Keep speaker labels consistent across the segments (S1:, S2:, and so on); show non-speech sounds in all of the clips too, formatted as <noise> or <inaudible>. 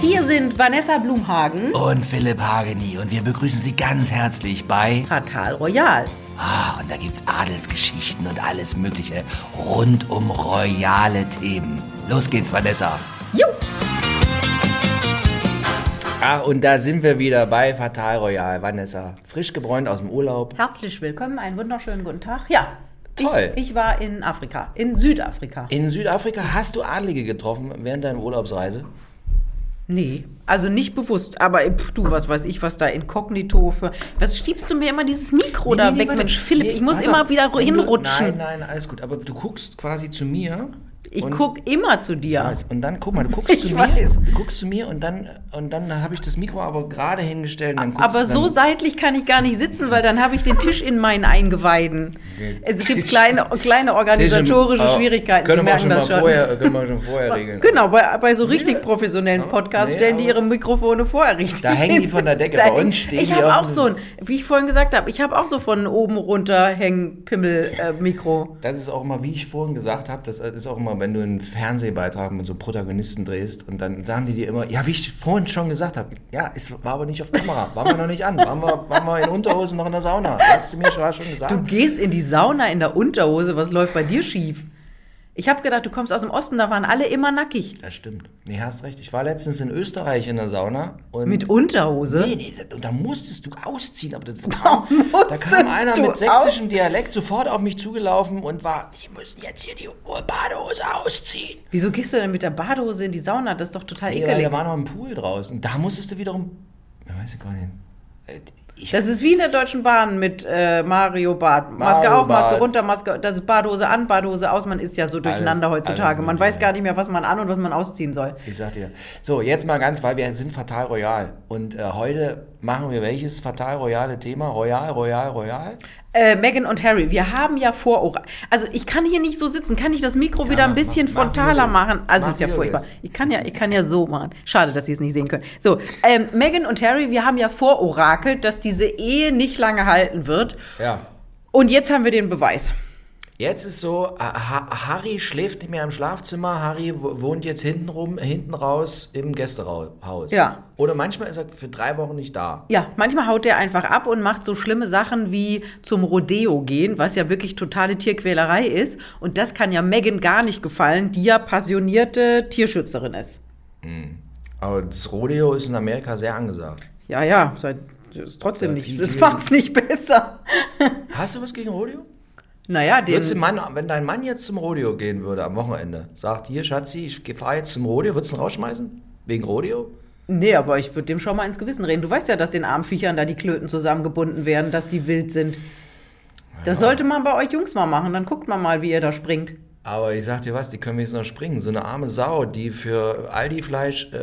S1: Hier sind Vanessa Blumhagen,
S2: Und Philipp Hageni und wir begrüßen Sie ganz herzlich bei.
S1: Fatal Royal.
S2: Ah, und da gibt's Adelsgeschichten und alles Mögliche rund um royale Themen. Los geht's, Vanessa.
S1: Jo!
S2: Ach, und da sind wir wieder bei Fatal Royal, Vanessa. Frisch gebräunt aus dem Urlaub.
S1: Herzlich willkommen, einen wunderschönen guten Tag. Ja,
S2: Toll.
S1: Ich, ich war in Afrika, in Südafrika.
S2: In Südafrika hast du Adlige getroffen während deiner Urlaubsreise?
S1: Nee, also nicht bewusst, aber äh, pf, du, was weiß ich, was da inkognito für. Was stiebst du mir immer dieses Mikro da weg,
S2: warte.
S1: Mensch, Philipp?
S2: Nee,
S1: ich muss
S2: pass
S1: immer
S2: auf.
S1: wieder
S2: Wenn du-
S1: hinrutschen.
S2: Nein, nein, alles gut. Aber du guckst quasi zu mir.
S1: ich
S2: und-
S1: guck immer zu dir.
S2: Weiß. Und dann, guck mal,
S1: <laughs>
S2: du guckst
S1: Ah.
S2: zu
S1: Ich
S2: mir,
S1: weiß.
S2: du guckst zu mir und dann, und dann habe ich das Mikro aber gerade hingestellt. Und dann guckst
S1: Aber
S2: du
S1: so
S2: dann,
S1: seitlich kann ich gar nicht sitzen, weil dann habe ich den Tisch in meinen Eingeweiden. Es gibt kleine, kleine organisatorische
S2: Aber
S1: Schwierigkeiten. Sie
S2: Oh, Können wir
S1: merken
S2: auch schon mal
S1: das schon.
S2: vorher, können wir
S1: <laughs>
S2: schon vorher regeln.
S1: Genau, bei, bei so richtig professionellen
S2: aber-
S1: Podcasts
S2: nee,
S1: stellen die
S2: aber-
S1: ihre Mikrofone vorher richtig.
S2: Da hängen die von der Decke,
S1: Da
S2: bei
S1: hängen-
S2: uns stehen
S1: Ich
S2: die
S1: habe
S2: auf
S1: auch
S2: dem-
S1: so ein, wie ich vorhin gesagt habe, ich habe auch so von oben runter hängen äh, Pimmel-Mikro.
S2: Das ist auch immer, wie ich vorhin gesagt habe, das ist auch immer, wenn du einen Fernsehbeitrag mit so Protagonisten drehst und dann sagen die dir immer, ja, wie ich vorhin schon gesagt habe, ja, es war aber nicht auf Kamera, waren wir noch nicht an, waren wir, waren wir in Unterhosen noch in der Sauna, hast du mir schon, schon gesagt.
S1: du gehst in die Sauna in der Unterhose, was läuft bei dir schief? Ich habe gedacht, du kommst aus dem Osten, da waren alle immer nackig.
S2: das stimmt. Nee, hast recht. Ich war letztens in Österreich in der Sauna und
S1: Mit Unterhose?
S2: Nee, nee, da, und da musstest du ausziehen, aber das kam, da kam
S1: musstest
S2: einer
S1: du
S2: mit sächsischem Dialekt sofort auf mich zugelaufen und war, Sie müssen jetzt hier die Badehose ausziehen.
S1: Wieso gehst du denn mit der Badehose in die Sauna? Das ist doch total
S2: Nee, weil
S1: ekelig.
S2: da war noch ein Pool draußen. Da musstest du wiederum, ich weiß ich gar nicht. Äh, Ich,
S1: Das ist wie in der Deutschen Bahn mit äh, Mario Bart. Maske
S2: Mario
S1: auf, Maske
S2: Barth.
S1: runter, Maske. Das ist Badhose an, Badhose aus. Man ist ja so durcheinander
S2: Alles-
S1: heutzutage.
S2: alles
S1: man
S2: Mögliche,
S1: weiß gar
S2: ja.
S1: nicht mehr, was man an und was man ausziehen soll.
S2: ich sag dir. So, jetzt mal ganz, weil wir sind Fatal Royal. Und äh, heute machen wir welches Fatal Royale Thema? Royal, Royal, Royal?
S1: Äh, Megan und Harry, wir haben ja vor. auch- Also ich kann hier nicht so sitzen. Kann ich das Mikro wieder ein
S2: mach-
S1: bisschen
S2: mach, wie du
S1: frontaler
S2: willst.
S1: machen? Also
S2: Mach,
S1: ist ja
S2: wie du
S1: furchtbar.
S2: willst.
S1: Ich kann ja, ich kann ja so machen. Schade, dass Sie es nicht sehen können. So, ähm, Megan und Harry, wir haben ja vororakelt, dass diese Ehe nicht lange halten wird.
S2: Ja.
S1: Und jetzt haben wir den Beweis.
S2: Jetzt ist so, äh, Ha- Harry schläft nicht mehr im Schlafzimmer, Harry wo- wohnt jetzt hinten rum, hinten raus im Gästehaus.
S1: Ja.
S2: Oder manchmal ist er für drei Wochen nicht da.
S1: Ja, manchmal haut der einfach ab und macht so schlimme Sachen wie zum Rodeo gehen, was ja wirklich totale Tierquälerei ist. Und das kann ja Megan gar nicht gefallen, die ja passionierte Tierschützerin ist.
S2: Aber das Rodeo ist in Amerika sehr angesagt.
S1: Ja, ja, seit, ist trotzdem
S2: Ja,
S1: nicht,
S2: viel,
S1: das
S2: viel-
S1: macht's nicht besser.
S2: Hast du was gegen Rodeo?
S1: Naja, den,
S2: Würdest du Mann, wenn dein Mann jetzt zum Rodeo gehen würde am Wochenende, sagt hier, Schatzi, ich fahre jetzt zum Rodeo, würdest du ihn rausschmeißen? Wegen Rodeo?
S1: nee, aber ich würde dem schon mal ins Gewissen reden. Du weißt ja, dass den armen Viechern da die Klöten zusammengebunden werden, dass die wild sind. Das
S2: genau.
S1: sollte man bei euch Jungs mal machen, dann guckt man mal, wie ihr da springt.
S2: Aber ich sag dir was, die können jetzt noch springen. So eine arme Sau, die für Aldi-Fleisch, äh,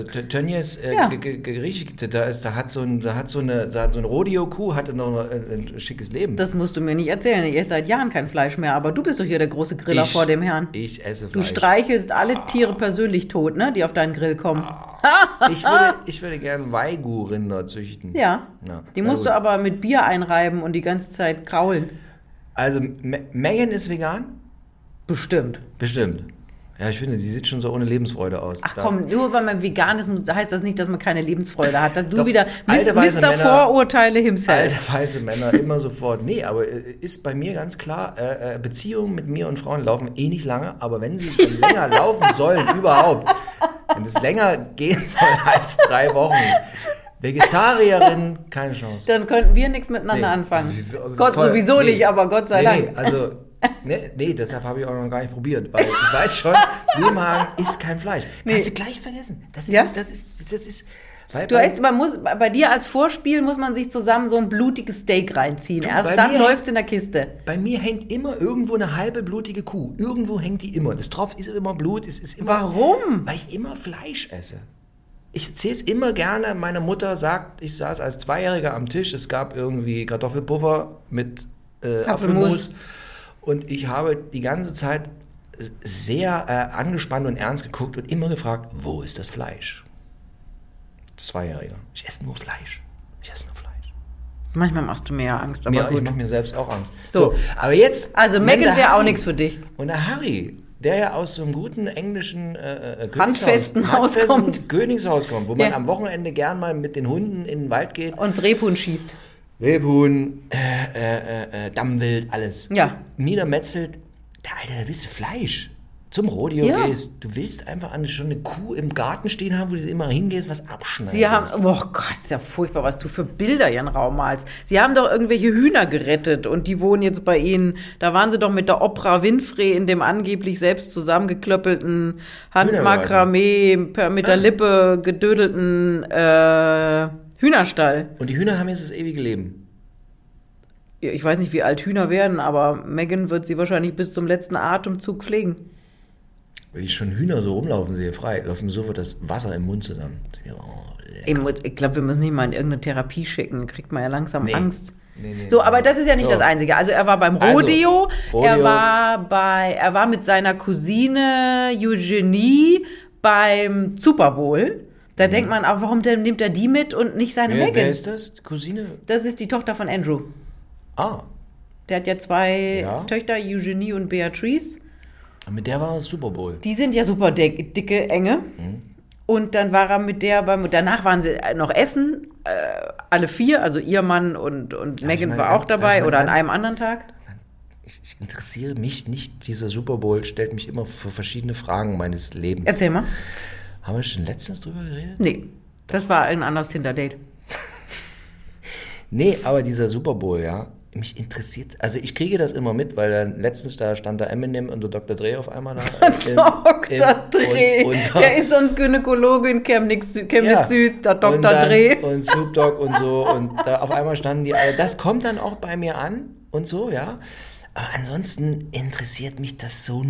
S2: äh, T- Tönnies äh,
S1: Ja.
S2: ge- ge- gerichtet da ist, da hat so, ein, da hat so eine, da hat so eine Rodeo-Kuh, hatte noch ein, ein schickes Leben.
S1: Das musst du mir nicht erzählen, ihr esst seit Jahren kein Fleisch mehr, aber du bist doch hier der große Griller vor dem Herrn.
S2: Ich esse
S1: Du
S2: Fleisch.
S1: streichelst
S2: Ah.
S1: alle Tiere persönlich tot, ne? Die auf deinen Grill kommen.
S2: ich, würde, ich würde gerne Weigu-Rinder züchten.
S1: Ja.
S2: Ja,
S1: Die
S2: na
S1: musst
S2: gut.
S1: du aber mit Bier einreiben und die ganze Zeit kraulen.
S2: Also, Me Megan ist vegan?
S1: Bestimmt.
S2: Bestimmt. Ja, ich finde, sie sieht schon so ohne Lebensfreude aus.
S1: Ach
S2: Da-
S1: komm, nur weil man vegan ist, muss- heißt das nicht, dass man keine Lebensfreude hat. Dass du
S2: Doch,
S1: wieder
S2: alte weiße
S1: Mr.
S2: Männer-
S1: Vorurteile himself.
S2: Alte weiße Männer immer sofort. Nee, aber äh, ist bei mir ganz klar, äh, äh, Beziehungen mit mir und Frauen laufen eh nicht lange, aber wenn sie schon länger laufen
S1: <laughs>
S2: sollen, überhaupt, wenn es länger gehen soll als drei Wochen, Vegetarierin, keine Chance.
S1: Dann könnten wir nichts miteinander
S2: Nee. Also,
S1: anfangen.
S2: Voll-
S1: Gott sowieso
S2: nee.
S1: nicht, aber Gott sei
S2: nee,
S1: Dank.
S2: Nee, also, nee, nee deshalb habe ich auch noch gar nicht probiert, weil ich weiß schon, Blümhagen ist kein Fleisch. Kannst du gleich vergessen. Das ist,
S1: Ja?
S2: das ist, das ist, weil
S1: Du
S2: bei-
S1: weißt, man muss, bei dir als Vorspiel muss man sich zusammen so ein blutiges Steak reinziehen. Erst
S2: bei
S1: dann
S2: mir-
S1: läuft's in der Kiste.
S2: Bei mir hängt immer irgendwo eine halbe blutige Kuh. Irgendwo hängt die immer. Das tropft ist immer Blut. Es ist immer,
S1: Warum?
S2: Weil ich immer Fleisch esse. Ich erzähle es immer gerne. Meine Mutter sagt, ich saß als Zweijähriger am Tisch. Es gab irgendwie Kartoffelpuffer mit äh,
S1: Apfelmus.
S2: Apfelmus. Und ich habe die ganze Zeit sehr äh, angespannt und ernst geguckt und immer gefragt, wo ist das Fleisch? Zweijähriger. Ich esse nur Fleisch. Ich esse nur Fleisch.
S1: Manchmal machst du mir ja Angst, aber
S2: Mir,
S1: gut.
S2: ich mache mir selbst auch Angst.
S1: So.
S2: So, aber jetzt.
S1: Also
S2: wenn
S1: Megan
S2: der
S1: wäre auch
S2: Harry-
S1: nichts für dich.
S2: Und der Harry der ja aus so einem guten englischen äh, äh,
S1: Handfesten Haus kommt.
S2: Königshaus kommt, wo man
S1: Ja.
S2: am Wochenende gern mal mit den Hunden in den Wald geht.
S1: Uns Rebhuhn schießt.
S2: Rebhuhn, äh, äh, äh, äh, Dammwild, alles.
S1: Ja.
S2: Niedermetzelt. Der Alter, der willst du Fleisch. Zum Rodeo
S1: Ja.
S2: gehst. Du willst einfach eine, schon eine Kuh im Garten stehen haben, wo du immer hingehst, was abschneidest.
S1: Sie haben, oh Gott, ist ja furchtbar, was du für Bilder hier in den Raum malst. Sie haben doch irgendwelche Hühner gerettet und die wohnen jetzt bei Ihnen. Da waren Sie doch mit der Oprah Winfrey in dem angeblich selbst zusammengeklöppelten Handmakramee, per- mit der Lippe gedödelten äh, Hühnerstall.
S2: Und die Hühner haben jetzt das ewige Leben.
S1: Ja, Ich weiß nicht, wie alt Hühner werden, aber Megan wird sie wahrscheinlich bis zum letzten Atemzug pflegen.
S2: Wenn ich schon Hühner so rumlaufen sehe, frei, läuft mir sofort das Wasser im Mund zusammen. Oh, leck.
S1: Ich mu- Ich glaube, wir müssen ihn mal in irgendeine Therapie schicken, kriegt man ja langsam
S2: Nee.
S1: Angst.
S2: Nee, nee,
S1: so,
S2: nee.
S1: aber das ist ja nicht
S2: So.
S1: das Einzige. Also er war beim
S2: Also,
S1: Rodeo, er
S2: Rodeo.
S1: war bei, er war mit seiner Cousine Eugenie beim Super Bowl. Da denkt man auch, warum denn nimmt er die mit und nicht seine
S2: Mhm. Wer, wer
S1: Megan?
S2: ist das? Die Cousine?
S1: Das ist die Tochter von Andrew.
S2: Ah,
S1: Der hat ja zwei
S2: Ja.
S1: Töchter, Eugenie und Beatrice.
S2: mit der war das Super Bowl.
S1: Die sind ja super dick, dicke, enge.
S2: Mhm.
S1: Und dann war er mit der beim. Danach waren sie noch essen, äh, alle vier, also ihr Mann und, und
S2: ich
S1: Megan
S2: mal
S1: war
S2: ganz-
S1: auch
S2: darf ich
S1: dabei
S2: mal
S1: oder an
S2: ganz-
S1: einem anderen Tag.
S2: Ich, ich interessiere mich nicht. Dieser Super Bowl stellt mich immer vor verschiedene Fragen meines Lebens.
S1: Erzähl mal.
S2: Also, Haben wir schon letztens drüber geredet?
S1: Nee, das war ein anderes <laughs> Tinder-Date.
S2: Nee, aber dieser Super Bowl, ja, mich interessiert. Also ich kriege das immer mit, weil dann letztens da stand da Eminem und der Dr. Dre auf einmal <laughs> da. im- im-
S1: Dr. Dreh.
S2: und- und-
S1: der ist sonst Gynäkologe in Chemnitz, Sü- Chemnitz Süd, der Dr.
S2: Und dann-
S1: Dreh.
S2: Und Snoop Dogg und so. Und da auf einmal standen die alle. Das kommt dann auch bei mir an und so, ja. Aber ansonsten interessiert mich das so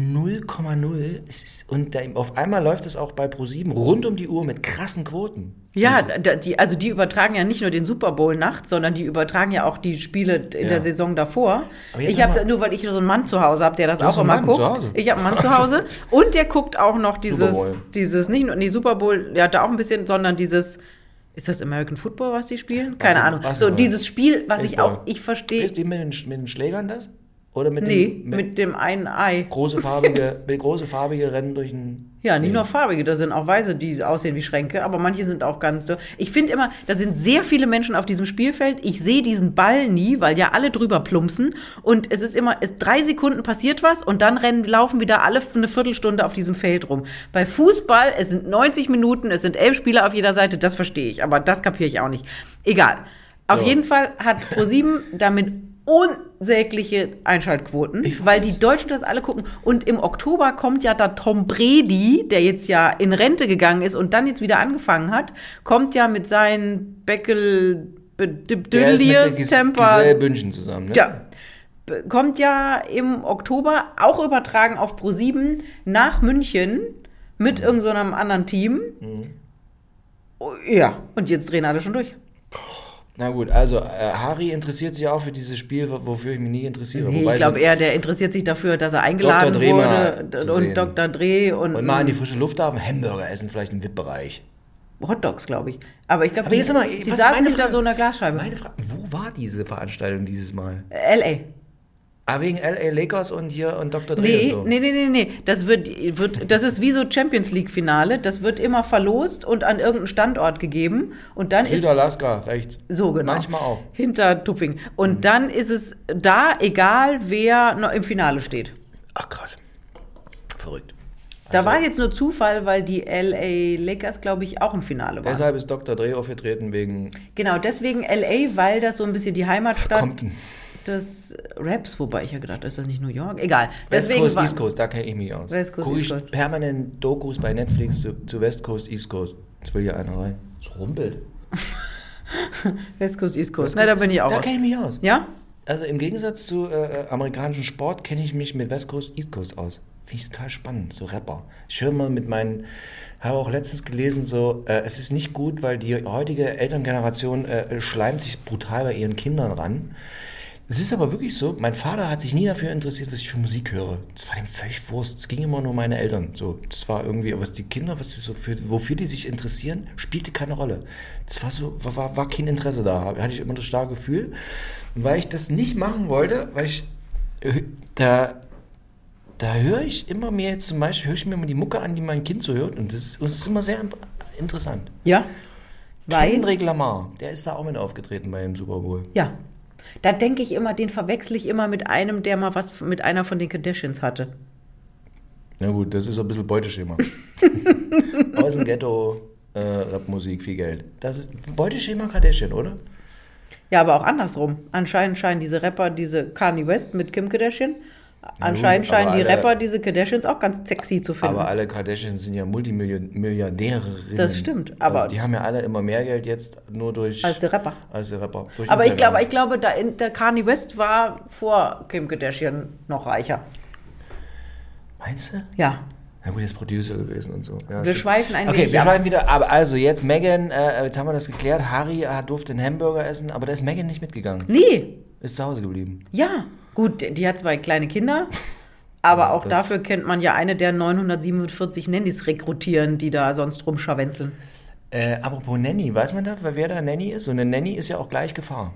S2: 0,0. Es ist- Und da, auf einmal läuft es auch bei ProSieben rund um die Uhr mit krassen Quoten.
S1: Ja, da, die, also die übertragen ja nicht nur den Super Bowl nachts, sondern die übertragen ja auch die Spiele in
S2: Ja.
S1: der Saison davor.
S2: Aber jetzt
S1: Ich habe
S2: sag mal-
S1: da- nur, weil ich so einen Mann zu Hause habe, der das
S2: hast
S1: auch
S2: einen
S1: immer
S2: Mann
S1: guckt.
S2: zu Hause?
S1: Ich habe einen Mann zu
S2: <laughs>
S1: Hause und der guckt auch noch
S2: Super
S1: dieses,
S2: Bowl.
S1: dieses nicht nur nee, Super Bowl, ja da auch ein bisschen, sondern dieses ist das American Football, was die spielen? Keine
S2: Was-
S1: Ahnung.
S2: was-
S1: so dieses Spiel, was ich
S2: Baseball.
S1: auch ich verstehe.
S2: Ist wie mit den, Sch- mit den Schlägern das? Oder mit,
S1: Nee,
S2: den, mit,
S1: mit dem einen Ei.
S2: große farbige, mit große farbige Rennen durch den.
S1: Ja, nicht nur farbige, da sind auch weiße, die aussehen wie Schränke, aber manche sind auch ganz. dürr. Ich finde immer, da sind sehr viele Menschen auf diesem Spielfeld. Ich sehe diesen Ball nie, weil ja alle drüber plumpsen. Und es ist immer, es, drei Sekunden passiert was und dann rennen, laufen wieder alle eine Viertelstunde auf diesem Feld rum. Bei Fußball, es sind 90 Minuten, es sind elf Spieler auf jeder Seite, das verstehe ich, aber das kapiere ich auch nicht. Egal. Auf
S2: So.
S1: jeden Fall hat ProSieben damit unsägliche Einschaltquoten weil die Deutschen das alle gucken. Und im Oktober kommt ja da Tom Brady, der jetzt ja in Rente gegangen ist und dann jetzt wieder angefangen hat, kommt ja mit seinen Beckel
S2: Der ist mit der
S1: Dülliers
S2: Gis-
S1: Temper.
S2: Giselle Bündchen zusammen, ne?
S1: Ja. B- Kommt ja im Oktober, auch übertragen auf Pro7, nach München mit irgendeinem so einem anderen Team.
S2: Mhm.
S1: Oh, Ja, und jetzt drehen alle schon durch.
S2: Na gut, also äh, Harry interessiert sich auch für dieses Spiel, wo- wofür ich mich nie interessiere.
S1: Nee,
S2: Wobei
S1: ich glaube
S2: so-
S1: eher, der interessiert sich dafür, dass er eingeladen
S2: Dr. Dreh mal
S1: wurde.
S2: zu
S1: D- Und
S2: sehen.
S1: Dr. Dreh und,
S2: Und mal in die frische Luft darf, einen Hamburger essen, vielleicht im VIP-Bereich.
S1: Hot Dogs, glaube ich. Aber ich glaube,
S2: Aber
S1: die,
S2: jetzt mal,
S1: die
S2: was-
S1: saßen
S2: meine
S1: hinter
S2: Frage-
S1: so einer Glasscheibe.
S2: Meine Frage, wo war diese Veranstaltung dieses Mal?
S1: Äh, L.A.
S2: Ah, wegen L.A. Lakers und hier und Dr. Dre
S1: Nee,
S2: und so.
S1: nee, nee, nee, nee. Das wird, wird, das ist wie so Champions League Finale. Das wird immer verlost und an irgendeinen Standort gegeben. Und dann ist
S2: Südalaska, rechts.
S1: So genau.
S2: Manchmal auch. Mhm.
S1: Hinter Tupping. Und dann ist es da egal, wer noch im Finale steht.
S2: Ach krass. Verrückt.
S1: Da
S2: Also-
S1: war jetzt nur Zufall, weil die LA Lakers, glaube ich, auch im Finale waren.
S2: Deshalb ist Dr. Dre aufgetreten wegen
S1: Genau, deswegen LA, weil das so ein bisschen die Heimatstadt
S2: Compton.
S1: des Raps, wobei ich ja gedacht, ist das nicht New York? Egal.
S2: West
S1: Deswegen
S2: Coast,
S1: war-
S2: East Coast, da kenne ich mich aus.
S1: West Coast,
S2: Guck
S1: East
S2: ich
S1: Coast.
S2: permanent Dokus bei Netflix zu, zu West Coast, East Coast. Jetzt will hier einer rein. Es rumpelt.
S1: West Coast, East Coast.
S2: West
S1: Na, da
S2: Coast,
S1: bin ich auch.
S2: Da
S1: aus.
S2: kenne ich mich aus.
S1: Ja?
S2: Also im Gegensatz zu äh, äh, amerikanischem Sport kenne ich mich mit West Coast, East Coast aus. Finde ich total spannend, so Rapper. Ich höre mal mit meinen, habe auch letztens gelesen, so, äh, es ist nicht gut, weil die heutige Elterngeneration äh, schleimt sich brutal bei ihren Kindern ran. Es ist aber wirklich so, mein Vater hat sich nie dafür interessiert, was ich für Musik höre. Das war dem völlig Wurst. Es ging immer nur um meine Eltern. So, das war irgendwie, was die Kinder, was die so für, wofür die sich interessieren, spielte keine Rolle. Das war so, war- war, war kein Interesse da. Hatte ich immer das starke Gefühl. Und weil ich das nicht machen wollte, weil ich äh, da da höre ich immer mehr jetzt zum Beispiel, höre ich mir immer die Mucke an, die mein Kind so hört. Und das ist, und das ist immer sehr interessant.
S1: Ja. Weil,
S2: Kendrick Lamar, der ist da auch mit aufgetreten bei dem Super Bowl.
S1: ja. Da denke ich immer, den verwechsel ich immer mit einem, der mal was mit einer von den Kardashians hatte.
S2: Na gut, das ist so ein
S1: <laughs>
S2: bisschen Beuteschema. Aus dem Ghetto, äh, Rapmusik, viel Geld. Das ist Beuteschema Kardashian, oder?
S1: Genau. Ja, aber auch andersrum. Anscheinend scheinen diese Rapper, diese Kanye West mit Kim Kardashian, anscheinend
S2: aber
S1: scheinen die
S2: alle-
S1: Rapper diese Kardashians auch ganz sexy zu finden.
S2: Aber alle Kardashians sind ja Multimilliardärinnen.
S1: Das stimmt, aber-
S2: Also die haben ja alle immer mehr Geld jetzt, nur durch...
S1: Als der Rapper.
S2: Als der Rapper. Durch
S1: Aber ich
S2: Instagram.
S1: glaube, ich glaube, da in, der Kanye West war vor Kim Kardashian noch reicher.
S2: Meinst du?
S1: Ja.
S2: Na gut, er ist Producer gewesen und so. Ja,
S1: Wir
S2: stimmt.
S1: schweifen ein
S2: Okay,
S1: wenig
S2: wir
S1: ab.
S2: schreiben wieder. Aber also jetzt Megan, äh, jetzt haben wir das geklärt. Harry äh, durfte einen Hamburger essen, aber da ist Megan nicht mitgegangen.
S1: Nee,
S2: Ist zu Hause geblieben.
S1: ja. Gut, die hat zwei kleine Kinder, aber auch
S2: das-
S1: dafür kennt man ja eine der 947 Nannys rekrutieren, die da sonst rumscharwenzeln.
S2: Äh, apropos Nanny, weiß man da, wer- wer da Nanny ist? Und eine Nanny ist ja auch gleich Gefahr.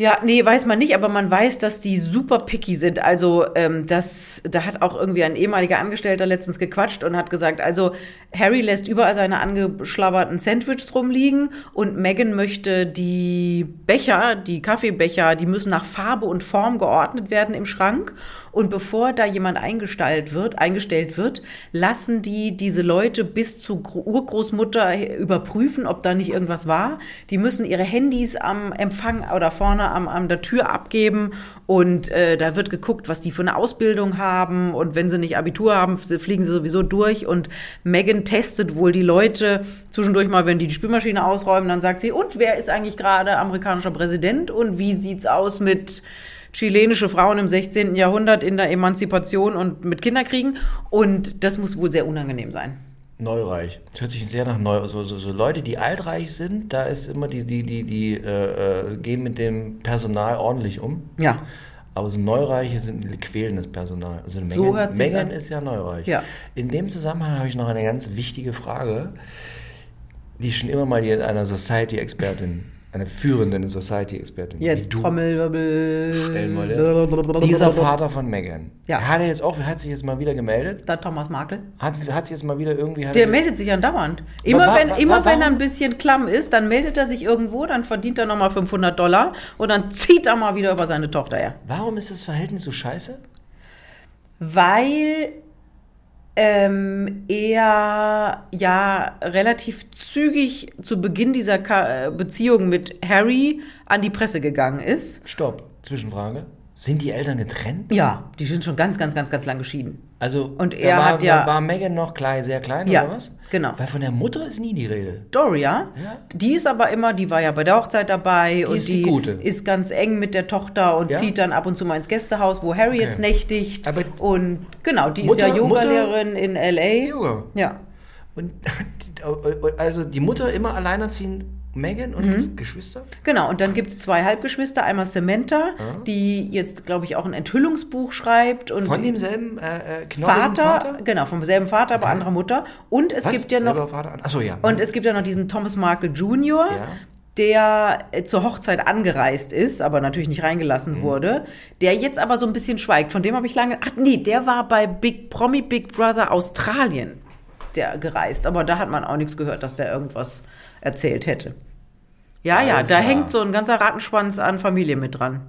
S1: Ja, nee, weiß man nicht, aber man weiß, dass die super picky sind. Also, ähm, das, da hat auch irgendwie ein ehemaliger Angestellter letztens gequatscht und hat gesagt, also Harry lässt überall seine angeschlabberten Sandwiches rumliegen und Megan möchte die Becher, die Kaffeebecher, die müssen nach Farbe und Form geordnet werden im Schrank. Und bevor da jemand eingestellt wird, eingestellt wird, lassen die diese Leute bis zur Gro- Urgroßmutter überprüfen, ob da nicht irgendwas war. Die müssen ihre Handys am Empfang oder vorne am, an der Tür abgeben und äh, da wird geguckt, was die für eine Ausbildung haben und wenn sie nicht Abitur haben, f- fliegen sie sowieso durch und Megan testet wohl die Leute zwischendurch mal, wenn die die Spülmaschine ausräumen, dann sagt sie, und wer ist eigentlich gerade amerikanischer Präsident und wie sieht's aus mit chilenische Frauen im 16. Jahrhundert in der Emanzipation und mit Kinderkriegen und das muss wohl sehr unangenehm sein.
S2: Neureich. Das hört sich sehr nach neu. So, so, so Leute, die altreich sind, da ist immer die, die, die, die äh, äh, gehen mit dem Personal ordentlich um.
S1: Ja.
S2: Aber so Neureiche sind quälendes Personal. Also Mengen,
S1: So hört sich's
S2: Mengen
S1: an.
S2: ist ja neureich.
S1: Ja.
S2: In dem Zusammenhang habe ich noch eine ganz wichtige Frage, die schon immer mal hier einer Society-Expertin, einer führenden Society-Expertin, wie
S1: Jetzt
S2: du
S1: Trommelwirbel.
S2: stellen wollte. Dieser Vater von Megan.
S1: Ja.
S2: Hat er jetzt auch, hat sich jetzt mal wieder gemeldet?
S1: Da Thomas Makel.
S2: Hat, hat sich jetzt mal wieder irgendwie. Hat
S1: Der
S2: er-
S1: meldet sich andauernd. Immer,
S2: wa-
S1: wenn,
S2: wa-
S1: immer wenn er
S2: warum?
S1: ein bisschen klamm ist, dann meldet er sich irgendwo, dann verdient er nochmal 500 Dollar und dann zieht er mal wieder über seine Tochter her.
S2: Warum ist das Verhältnis so scheiße?
S1: Weil ähm, er ja relativ zügig zu Beginn dieser Ka äh, Beziehung mit Harry an die Presse gegangen ist.
S2: Stopp. Zwischenfrage. Sind die Eltern getrennt?
S1: Ja, die sind schon ganz, ganz, ganz, ganz lang geschieden.
S2: Also
S1: Und
S2: da
S1: er
S2: war,
S1: hat ja-
S2: war, war Megan noch klein, sehr klein
S1: Ja,
S2: oder was?
S1: genau.
S2: Weil von der Mutter ist nie die Rede.
S1: Doria,
S2: Ja.
S1: die ist aber immer, die war ja bei der Hochzeit dabei und
S2: ist
S1: die,
S2: die Gute.
S1: ist ganz eng mit der Tochter und
S2: Ja?
S1: zieht dann ab und zu mal ins Gästehaus, wo Harry jetzt nächtigt.
S2: Aber-
S1: und genau, die
S2: Mutter-
S1: ist ja Yogalehrerin in LA.
S2: Yoga.
S1: Ja.
S2: Und <laughs> die, also die Mutter immer alleinerziehend, Megan und
S1: Mhm.
S2: Geschwister?
S1: Genau, und dann gibt es zwei Halbgeschwister, einmal Samantha, die jetzt, glaube ich, auch ein Enthüllungsbuch schreibt und
S2: Von demselben äh, äh, knorrigen
S1: Vater,
S2: Vater?
S1: genau, vom selben Vater, aber anderer Mutter. Und es
S2: Was?
S1: gibt ja noch
S2: Selber Vater? an- Achso, ja.
S1: Und es gibt ja noch diesen Thomas Markle Jr.,
S2: Ja.
S1: der äh, zur Hochzeit angereist ist, aber natürlich nicht
S2: Mhm.
S1: reingelassen wurde, der jetzt aber so ein bisschen schweigt. Von dem habe ich lange. Ach nee, der war bei Big Promi Big Brother Australien der gereist, aber da hat man auch nichts gehört, dass der irgendwas erzählt hätte. Ja, ja,
S2: Alles
S1: da
S2: klar.
S1: hängt so ein ganzer Rattenschwanz an Familie mit dran.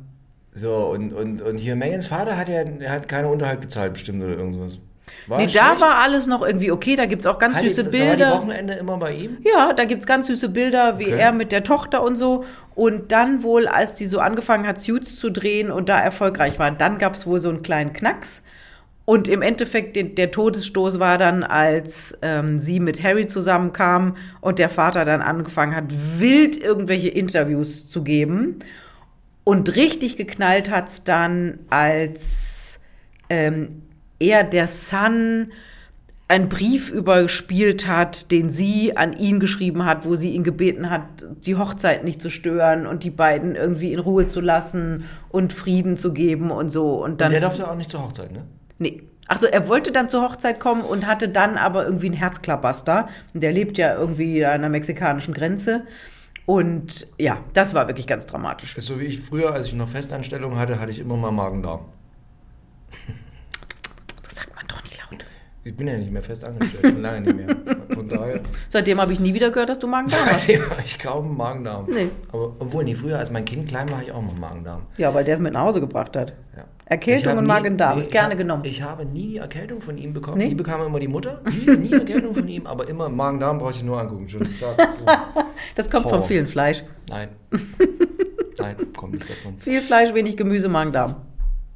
S2: so, und, und, und hier Megans Vater hat ja hat keine Unterhalt bezahlt bestimmt oder irgendwas. War
S1: nee, da war alles noch irgendwie okay, da gibt es auch ganz
S2: hat
S1: süße
S2: die,
S1: Bilder.
S2: War die Wochenende immer bei ihm?
S1: Ja, da gibt's ganz süße Bilder, wie
S2: Okay.
S1: er mit der Tochter und so. Und dann wohl, als die so angefangen hat, Suits zu drehen und da erfolgreich war, dann gab's wohl so einen kleinen Knacks. Und im Endeffekt, den, der Todesstoß war dann, als ähm, sie mit Harry zusammenkam und der Vater dann angefangen hat, wild irgendwelche Interviews zu geben. Und richtig geknallt hat's dann, als ähm, er der Sun einen Brief überspielt hat, den sie an ihn geschrieben hat, wo sie ihn gebeten hat, die Hochzeit nicht zu stören und die beiden irgendwie in Ruhe zu lassen und Frieden zu geben und so. Und dann.
S2: Der durfte auch nicht zur Hochzeit, ne?
S1: nee. Achso, er wollte dann zur Hochzeit kommen und hatte dann aber irgendwie einen Herzklabaster. Und Der lebt ja irgendwie an der mexikanischen Grenze. Und ja, das war wirklich ganz dramatisch.
S2: Ist so wie ich früher, als ich noch Festanstellung hatte, hatte ich immer mal Magen-Darm.
S1: Das sagt
S2: Ich bin ja nicht mehr fest angestellt, schon lange nicht mehr. Von daher, <laughs>
S1: Seitdem habe ich nie wieder gehört, dass du Magen-Darm hast.
S2: ich kaum einen Magen-Darm.
S1: Nee.
S2: Aber obwohl, nee, früher, als mein Kind klein war, hatte ich auch mal einen Magen-Darm.
S1: <laughs> Ja, weil der es mit nach Hause gebracht hat.
S2: Ja. Ich hab
S1: Erkältung und
S2: nie-
S1: Magen-Darm
S2: nee,
S1: ist
S2: ich
S1: gerne
S2: hab-
S1: genommen.
S2: Ich habe nie die Erkältung von ihm bekommen.
S1: Nee?
S2: Die bekam immer die Mutter. Nie, nie Erkältung von ihm, aber immer Magen-Darm brauche ich nur angucken. Schon zack, boom.
S1: das kommt von
S2: Horror.
S1: viel Fleisch.
S2: Nein. Nein, komm nicht davon.
S1: Viel Fleisch, wenig Gemüse, Magen-Darm.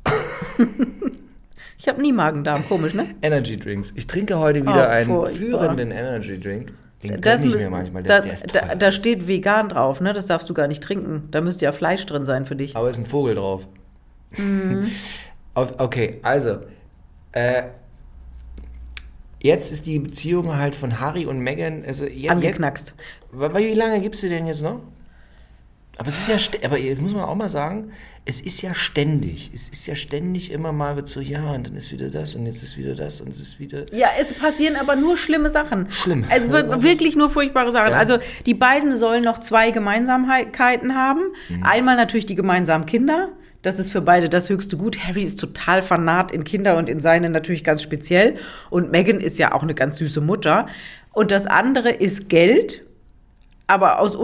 S1: <laughs> ich habe nie Magen-Darm, komisch, ne?
S2: Energy Drinks. Ich trinke heute wieder
S1: Oh,
S2: einen
S1: furchtbar.
S2: führenden Energy Drink.
S1: Das
S2: Den gönn ich
S1: müssen-
S2: mir manchmal.
S1: da,
S2: Der, der ist toll.
S1: da, da steht vegan drauf, ne? Das darfst du gar nicht trinken. Da müsste ja Fleisch drin sein für dich.
S2: Aber ist ein Vogel drauf. <laughs> Auf, okay, also. Äh, jetzt ist die Beziehung halt von Harry und Meghan. Also je- jetzt,
S1: Angeknackst.
S2: Wa- wa- Wie lange gibst du denn jetzt noch? Aber es ist ja, st- aber jetzt muss man auch mal sagen, es ist ja ständig. Es ist ja ständig immer mal wird so, ja, und dann ist wieder das und jetzt ist wieder das und es ist wieder.
S1: Ja, es passieren aber nur schlimme Sachen.
S2: Schlimm.
S1: Es
S2: <laughs>
S1: wird wirklich nur furchtbare Sachen.
S2: Ja.
S1: Also die beiden sollen noch zwei Gemeinsamkeiten haben.
S2: Mhm.
S1: Einmal natürlich die gemeinsamen Kinder. Das ist für beide das höchste Gut. Harry ist total fanat in Kinder und in seine natürlich ganz speziell. Und Meghan ist ja auch eine ganz süße Mutter. Und das andere ist Geld, aber aus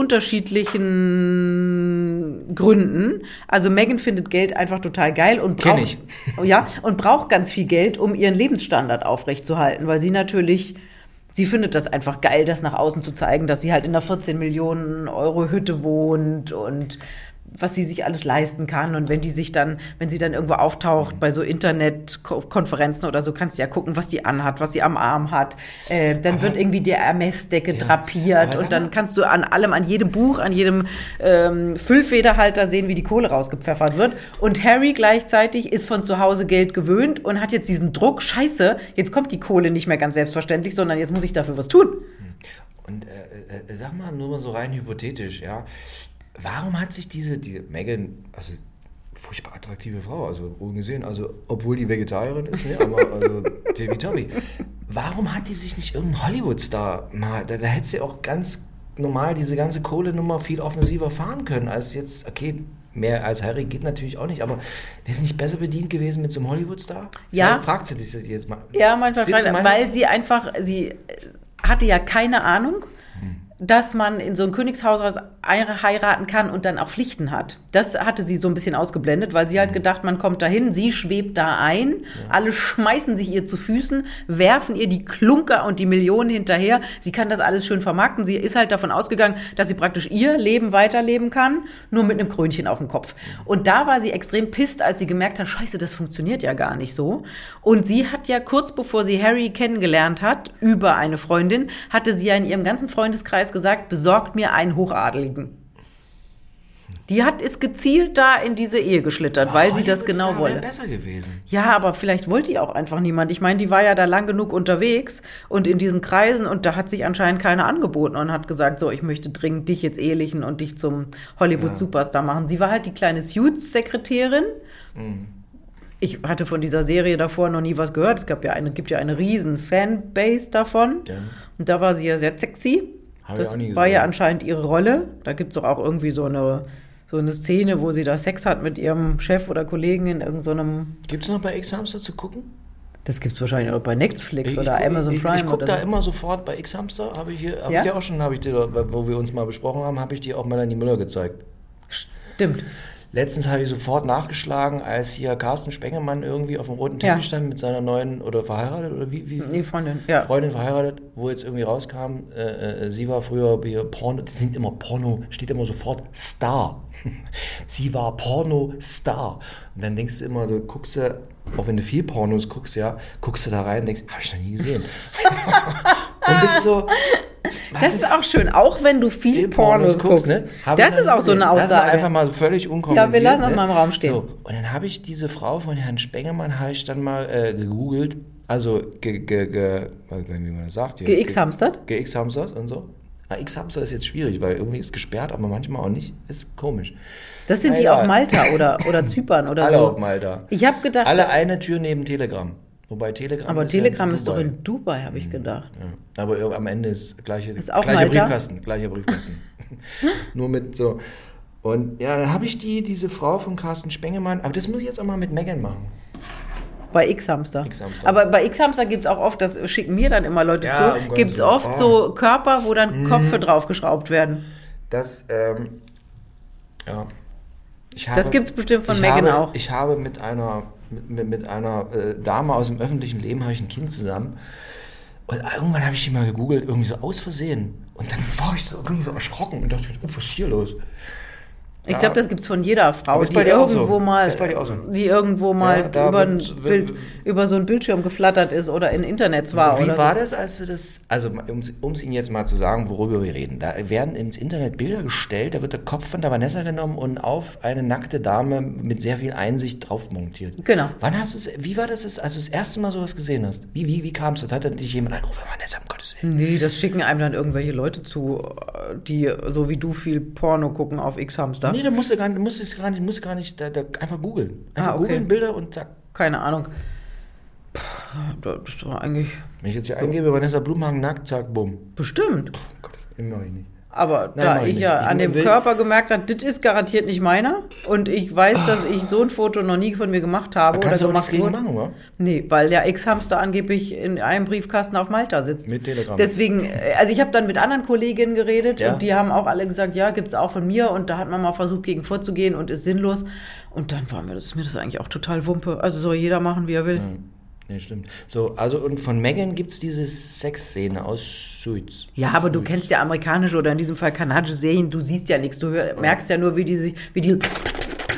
S1: unterschiedlichen Gründen. Also Meghan findet Geld einfach total geil und
S2: Kenn
S1: braucht,
S2: ich.
S1: ja, und braucht ganz viel Geld, um ihren Lebensstandard aufrechtzuhalten, weil sie natürlich, sie findet das einfach geil, das nach außen zu zeigen, dass sie halt in einer 14 Millionen Euro Hütte wohnt und was sie sich alles leisten kann und wenn die sich dann, wenn sie dann irgendwo auftaucht bei so Internetkonferenzen oder so, kannst du ja gucken, was die anhat, was sie am Arm hat. Äh, dann wird irgendwie die Hermes-Decke drapiert
S2: aber sag
S1: und dann
S2: mal-
S1: kannst du an allem, an jedem Buch, an jedem ähm, Füllfederhalter sehen, wie die Kohle rausgepfeffert wird. Und Harry gleichzeitig ist von zu Hause Geld gewöhnt und hat jetzt diesen Druck, scheiße, jetzt kommt die Kohle nicht mehr ganz selbstverständlich, sondern jetzt muss ich dafür was tun.
S2: Und äh, äh, sag mal nur mal so rein hypothetisch, ja. Warum hat sich diese, diese Megan, also furchtbar attraktive Frau, also ungesehen, also obwohl die Vegetarierin ist, ne, aber
S1: <laughs>
S2: also Tibi warum hat die sich nicht irgendein Hollywood-Star mal, da, da hätte sie auch ganz normal diese ganze Kohlenummer viel offensiver fahren können, als jetzt, okay, mehr als Harry geht natürlich auch nicht, aber wäre sie nicht besser bedient gewesen mit so einem Hollywood-Star?
S1: Ja.
S2: Fragt sie dich das jetzt mal.
S1: Ja, manchmal,
S2: Sitzt
S1: fragt-
S2: du
S1: weil sie einfach, sie äh, hatte ja keine Ahnung, dass man in so ein Königshaus heiraten kann und dann auch Pflichten hat. Das hatte sie so ein bisschen ausgeblendet, weil sie halt gedacht, man kommt dahin, sie schwebt da ein, alle schmeißen sich ihr zu Füßen, werfen ihr die Klunker und die Millionen hinterher. Sie kann das alles schön vermarkten. Sie ist halt davon ausgegangen, dass sie praktisch ihr Leben weiterleben kann, nur mit einem Krönchen auf dem Kopf. Und da war sie extrem pisst, als sie gemerkt hat, scheiße, das funktioniert ja gar nicht so. Und sie hat ja kurz bevor sie Harry kennengelernt hat, über eine Freundin, hatte sie ja in ihrem ganzen Freundeskreis gesagt, besorgt mir einen Hochadeligen. Die hat ist gezielt da in diese Ehe geschlittert, weil sie das
S2: Hollywood-Star
S1: genau
S2: wär
S1: wollte.
S2: besser gewesen.
S1: Ja, aber vielleicht wollte die auch einfach niemand. Ich meine, die war ja da lang genug unterwegs und in diesen Kreisen und da hat sich anscheinend keiner angeboten und hat gesagt, so, ich möchte dringend dich jetzt ehelichen und dich zum Hollywood-Superstar machen. Sie war halt die kleine Suits-Sekretärin.
S2: Mhm.
S1: Ich hatte von dieser Serie davor noch nie was gehört. Es gab ja eine, gibt ja eine riesen Fanbase davon.
S2: Ja.
S1: Und da war sie ja sehr sexy.
S2: Hab ich
S1: das
S2: auch nie
S1: war
S2: gesehen.
S1: ja anscheinend ihre Rolle. Da gibt es doch auch irgendwie so eine, so eine Szene, wo sie da Sex hat mit ihrem Chef oder Kollegen in irgendeinem
S2: Gibt es noch bei X-Hamster zu gucken?
S1: das gibt es wahrscheinlich auch bei Netflix
S2: Ich-
S1: oder
S2: ich, guck-
S1: Amazon
S2: ich,
S1: Prime.
S2: Ich gucke
S1: oder
S2: da
S1: so.
S2: immer sofort bei X-Hamster. Habe ich hier, hab
S1: Ja?
S2: ich dir auch schon, habe ich dir, da- wo wir uns mal besprochen haben, habe ich dir auch Melanie Müller gezeigt.
S1: Stimmt.
S2: Letztens habe ich sofort nachgeschlagen, als hier Carsten Spengemann irgendwie auf dem roten
S1: Ja.
S2: Teppich stand mit seiner neuen oder verheiratet oder wie, wie
S1: Nee, Freundin. Ja.
S2: Freundin verheiratet, wo jetzt irgendwie rauskam, äh, äh, sie war früher hier Porno, das sind immer Porno, steht immer sofort Star. sie war Porno-Star. Und dann denkst du immer so, guckst du, auch wenn du viel Pornos guckst, ja, guckst du da rein und denkst, habe ich noch nie gesehen. und bist so, was
S1: das ist auch schön, auch wenn du viel Pornos, guckst.
S2: ne? Hab ich
S1: Das
S2: noch
S1: ist
S2: nie
S1: auch so eine
S2: gesehen. Lass mal
S1: Aussage.
S2: einfach mal so völlig unkommentiert.
S1: Ja, wir lassen das mal im Raum stehen.
S2: So, und dann habe ich diese Frau von Herrn Spengemann, habe ich dann mal äh, gegoogelt. Also, ge, ge, ge, weiß gar nicht, wie man das sagt. hier.
S1: Ge-X-hamstert?
S2: Ge- Ge-X-Hamsters und so. Ah, X-Hamster ist jetzt schwierig, weil irgendwie ist gesperrt, aber manchmal auch nicht. Ist komisch.
S1: Das sind
S2: Na
S1: die
S2: ja.
S1: auf Malta oder, oder Zypern oder
S2: Alle
S1: so.
S2: auf Malta.
S1: Also, Ich habe gedacht,
S2: Alle eine Tür neben Telegram. Wobei Telegram
S1: aber
S2: ist
S1: Telegram
S2: ja
S1: ist doch
S2: Dubai. Mhm.
S1: in Dubai, habe ich gedacht.
S2: Ja, aber ir- am Ende ist gleiche,
S1: Ist auch
S2: gleicher
S1: Malta? Hm?
S2: Briefkasten, gleicher Briefkasten. <laughs> Nur mit so. Und ja, dann habe ich die, diese Frau von Carsten Spengemann, aber das muss ich jetzt auch mal mit Megan machen.
S1: Bei X-Hamster.
S2: X-Hamster.
S1: Aber bei X-Hamster gibt es auch oft, das schicken mir dann immer Leute
S2: Ja, um
S1: zu,
S2: Gottes
S1: gibt es
S2: Willen. Mhm.
S1: oft so Körper, wo dann Köpfe draufgeschraubt werden.
S2: Das, ähm, ja. Ich habe,
S1: Das gibt's bestimmt von
S2: ich
S1: Megan
S2: habe,
S1: auch.
S2: Ich habe mit einer, mit, mit, mit einer äh, Dame aus dem öffentlichen Leben habe ich ein Kind zusammen. Und irgendwann habe ich die mal gegoogelt, irgendwie so aus Versehen. Und dann war ich so irgendwie so erschrocken und dachte, oh, was ist hier los?
S1: Ich
S2: Ja.
S1: glaube, das gibt es von jeder Frau,
S2: Aber ist
S1: die
S2: bei dir auch
S1: irgendwo
S2: so.
S1: mal,
S2: Ist bei dir auch so.
S1: die irgendwo
S2: Ja,
S1: mal
S2: da
S1: über, ein
S2: wird- wird-
S1: Bild, über so einen Bildschirm geflattert ist oder in Internets war.
S2: Wie
S1: Ah, oder
S2: war
S1: so.
S2: das, als du das, also um es Ihnen jetzt mal zu sagen, worüber wir reden. Da werden ins Internet Bilder gestellt, da wird der Kopf von der Vanessa genommen und auf eine nackte Dame mit sehr viel Einsicht drauf montiert.
S1: Genau.
S2: Wann hast du es, wie war das, als du das erste Mal sowas gesehen hast? Wie, wie, wie kam es? Hat dann dich jemand angerufen, Vanessa, um Gottes Willen.
S1: Nee, das schicken einem dann irgendwelche Leute zu, die so wie du viel Porno gucken auf X-Hamster.
S2: Nee, da musst du gar nicht, musst du es gar nicht, musst du gar nicht, da, da, einfach googeln. Einfach
S1: Ah, okay.
S2: googeln, Bilder und zack.
S1: Keine Ahnung. Puh, Das war eigentlich
S2: Wenn ich jetzt hier eingebe, Vanessa Blumhagen nackt, zack, bumm.
S1: bestimmt.
S2: Oh Gott, das mache ich nicht.
S1: Aber
S2: Nein,
S1: da
S2: mach ich
S1: ich ja
S2: nicht. Ich
S1: an dem
S2: will-
S1: Körper gemerkt habe, das ist garantiert nicht meiner und ich weiß, dass ich so ein Foto noch nie von mir gemacht habe
S2: Da kannst du
S1: Oh, oder
S2: auch nichts
S1: gemacht
S2: gegen
S1: wurde.
S2: machen, oder?
S1: Nee, weil der Ex-Hamster angeblich in einem Briefkasten auf Malta sitzt.
S2: Mit Telegram.
S1: Deswegen, äh, also ich habe dann mit anderen Kolleginnen geredet
S2: Ja.
S1: und die haben auch alle gesagt, ja, gibt's auch von mir und da hat man mal versucht, gegen vorzugehen und ist sinnlos. Und dann war mir das, ist mir das eigentlich auch total Wumpe. Also soll jeder machen, wie er
S2: Mhm.
S1: will.
S2: Nee, stimmt. So, also und von Megan gibt es diese Sexszene aus Suits.
S1: Ja, aber
S2: Hm.
S1: du kennst ja amerikanische oder in diesem Fall kanadische Serien, du siehst ja nichts, du hör, merkst ja nur, wie die sich, wie die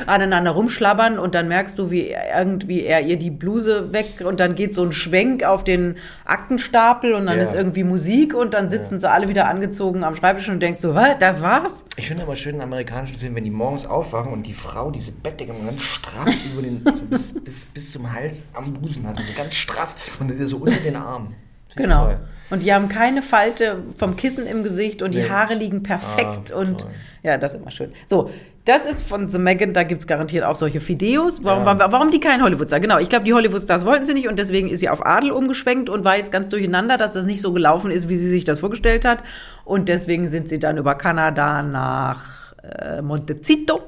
S1: aneinander rumschlabbern und dann merkst du, wie er- irgendwie er ihr die Bluse weg und dann geht so ein Schwenk auf den Aktenstapel und dann
S2: Ja.
S1: ist irgendwie Musik und dann sitzen sie alle wieder angezogen am Schreibtisch und denkst so, was, das war's?
S2: Ich finde immer schön in amerikanischen Filmen, wenn die morgens aufwachen und die Frau diese Bettdecke immer
S1: <laughs>
S2: ganz straff über den, so bis, bis, bis zum Hals am Busen hat, so ganz straff und dann so unter den Arm. Finde ich
S1: Genau.
S2: toll.
S1: Und die haben keine Falte vom Kissen im Gesicht und die
S2: Nee.
S1: Haare liegen perfekt
S2: Ah,
S1: und
S2: toll.
S1: ja, das ist immer schön. So, das ist von The Megan, da gibt es garantiert auch solche Fideos. Warum,
S2: Ja.
S1: waren wir- warum die kein Hollywood-Star? Genau, ich glaube, die Hollywood-Stars wollten sie nicht und deswegen ist sie auf Adel umgeschwenkt und war jetzt ganz durcheinander, dass das nicht so gelaufen ist, wie sie sich das vorgestellt hat. Und deswegen sind sie dann über Kanada nach äh, Montecito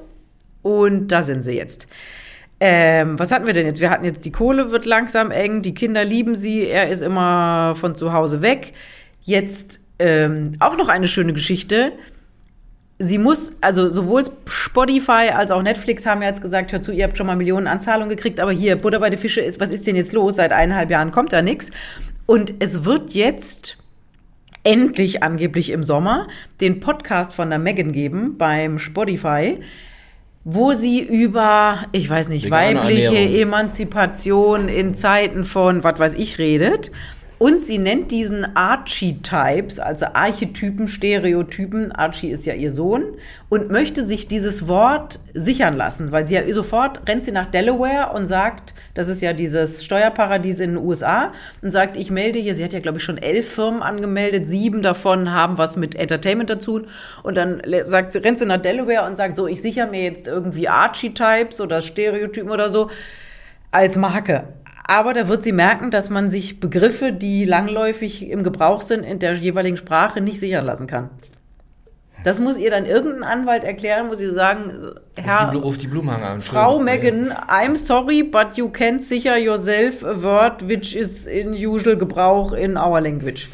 S1: und da sind sie jetzt. Ähm, was hatten wir denn jetzt? Wir hatten jetzt, die Kohle wird langsam eng, die Kinder lieben sie, er ist immer von zu Hause weg. Jetzt ähm, auch noch eine schöne Geschichte. Sie muss, also sowohl Spotify als auch Netflix haben ja jetzt gesagt, hör zu, ihr habt schon mal Millionen Anzahlungen gekriegt, aber hier, Butter bei der Fische ist, was ist denn jetzt los? Seit eineinhalb Jahren kommt da nichts. Und es wird jetzt endlich angeblich im Sommer den Podcast von der Megan geben beim Spotify, wo sie über, ich weiß nicht,
S2: Vegane
S1: weibliche
S2: Ernährung.
S1: Emanzipation in Zeiten von was weiß ich redet. Und sie nennt diesen Archie-Types, also Archetypen, Stereotypen. Archie ist ja ihr Sohn und möchte sich dieses Wort sichern lassen, weil sie ja sofort rennt sie nach Delaware und sagt, das ist ja dieses Steuerparadies in den USA, und sagt, ich melde hier, sie hat ja, glaube ich, schon elf Firmen angemeldet, sieben davon haben was mit Entertainment dazu. Und dann le- sagt sie, rennt sie nach Delaware und sagt, so, ich sichere mir jetzt irgendwie Archie-Types oder Stereotypen oder so als Marke. Aber da wird sie merken, dass man sich Begriffe, die langläufig im Gebrauch sind, in der jeweiligen Sprache nicht sichern lassen kann. Das muss ihr dann irgendein Anwalt erklären, muss sie sagen,
S2: Ruf
S1: Herr,
S2: die, Blu- ruf die Blumhanger an.
S1: Frau
S2: Entschuldigung.
S1: Megan, I'm sorry, but you can't sicher yourself a word which is in usual Gebrauch in our language.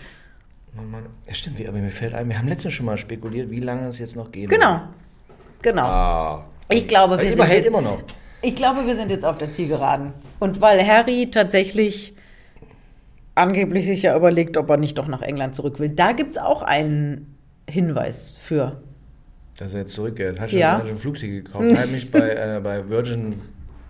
S2: Mann, Mann. Ja, stimmt, wie- aber mir fällt ein, wir haben letztens schon mal spekuliert, wie lange es jetzt noch geht.
S1: Genau, genau.
S2: Ah.
S1: Ich glaube, wir
S2: Weil
S1: sind
S2: überhält
S1: jetzt-
S2: immer noch.
S1: Ich glaube, wir sind jetzt auf der Zielgeraden. Und weil Harry tatsächlich angeblich sich ja überlegt, ob er nicht doch nach England zurück will, da gibt es auch einen Hinweis für.
S2: Dass er jetzt zurückgeht. Hat schon,
S1: Ja.
S2: hat schon ein Flugticket gekauft. Hat mich bei, äh, bei Virgin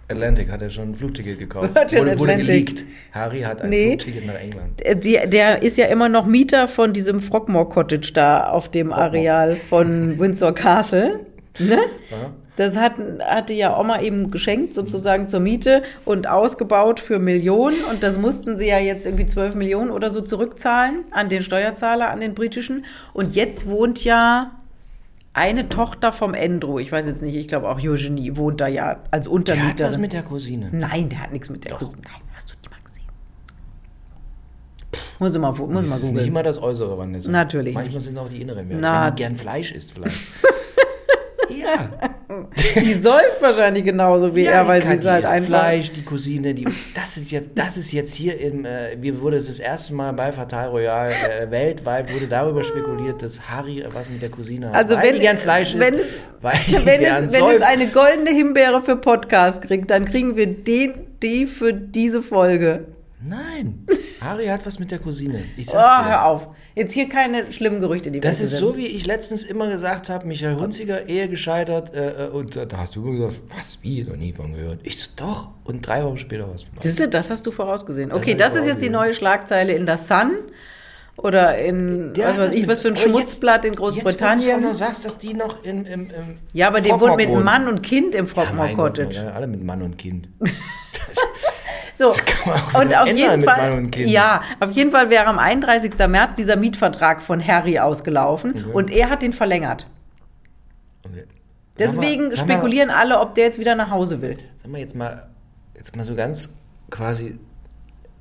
S2: Atlantic hat er schon ein Flugticket gekauft.
S1: Virgin
S2: wurde, wurde
S1: Atlantic.
S2: geleakt. Harry hat ein
S1: Nee.
S2: Flugticket nach England.
S1: Äh, Die, der ist ja immer noch Mieter von diesem Frogmore Cottage da auf dem Areal von Windsor Castle. Ne?
S2: Ja?
S1: Das hat, hatte ja Oma eben geschenkt, sozusagen zur Miete und ausgebaut für Millionen. Und das mussten sie ja jetzt irgendwie 12 Millionen oder so zurückzahlen an den Steuerzahler, an den britischen. Und jetzt wohnt ja eine Tochter vom Endro, ich weiß jetzt nicht, ich glaube auch Eugenie wohnt da ja als
S2: Der hat was
S1: Untermieterin.
S2: mit der Cousine.
S1: Nein, der hat nichts mit der Cousine. Nein, hast du die mal gesehen? Muss ich mal, gu- muss ich
S2: Das
S1: mal
S2: ist nicht
S1: googeln.
S2: immer das Äußere, Vanessa.
S1: Natürlich
S2: Manchmal sind auch die inneren Werte.
S1: Na. <laughs>
S2: Wenn die gern Fleisch isst, vielleicht. Ja.
S1: Die säuft wahrscheinlich genauso wie
S2: Ja,
S1: er, weil
S2: die
S1: sie ist halt
S2: isst
S1: einfach.
S2: Fleisch, die Cousine, die. Das ist jetzt, das ist jetzt hier im. Äh, wir wurde es das erste Mal bei Fatal Royal äh, weltweit wurde darüber spekuliert, dass Harry was mit der Cousine hat.
S1: Also
S2: weil
S1: wenn-
S2: die gern Fleisch
S1: wenn-
S2: isst, weil
S1: <laughs>
S2: die
S1: Wenn
S2: gern
S1: es, wenn es
S2: säuft.
S1: eine goldene Himbeere für Podcast kriegt, dann kriegen wir den, die für diese Folge.
S2: Nein, Harry hat was mit der Cousine. Ich
S1: Oh,
S2: sag's dir.
S1: hör auf. Jetzt hier keine schlimmen Gerüchte, die wir
S2: Das ist so, wie ich letztens immer gesagt habe, Michael Hunziger, Ehe gescheitert. Äh, äh, und da da hast du immer gesagt, was, wie, noch nie von gehört. Ich so, doch. Und drei Wochen später was.
S1: Siehste, das hast du vorausgesehen. Okay,
S2: hab ich
S1: das, ist jetzt die
S2: vorausgesehen.
S1: neue Schlagzeile in der Sun oder in
S2: Der
S1: was
S2: hat
S1: weiß ich,
S2: mit-
S1: was für ein
S2: Oh, jetzt-
S1: Schmutzblatt in
S2: Jetzt, wo du
S1: Großbritannien.
S2: auch noch sagst, dass die noch im... im, im
S1: Ja, aber dem wurde
S2: Frogmore
S1: mit
S2: wohnen.
S1: Mann und Kind im
S2: Ja,
S1: Frogmore
S2: mein Gott,
S1: Cottage.
S2: man, alle mit Mann und Kind.
S1: So.
S2: kann man auch
S1: Und
S2: nur
S1: auf
S2: ändern
S1: jeden
S2: mit
S1: Fall,
S2: Mann und Kind.
S1: ja, auf jeden Fall wäre am 31. März dieser Mietvertrag von Harry ausgelaufen
S2: Mhm.
S1: und er hat den verlängert.
S2: Okay. Sag mal-
S1: Deswegen
S2: sag mal-
S1: spekulieren alle, ob der jetzt wieder nach Hause will.
S2: Sag mal jetzt mal, jetzt mal so ganz quasi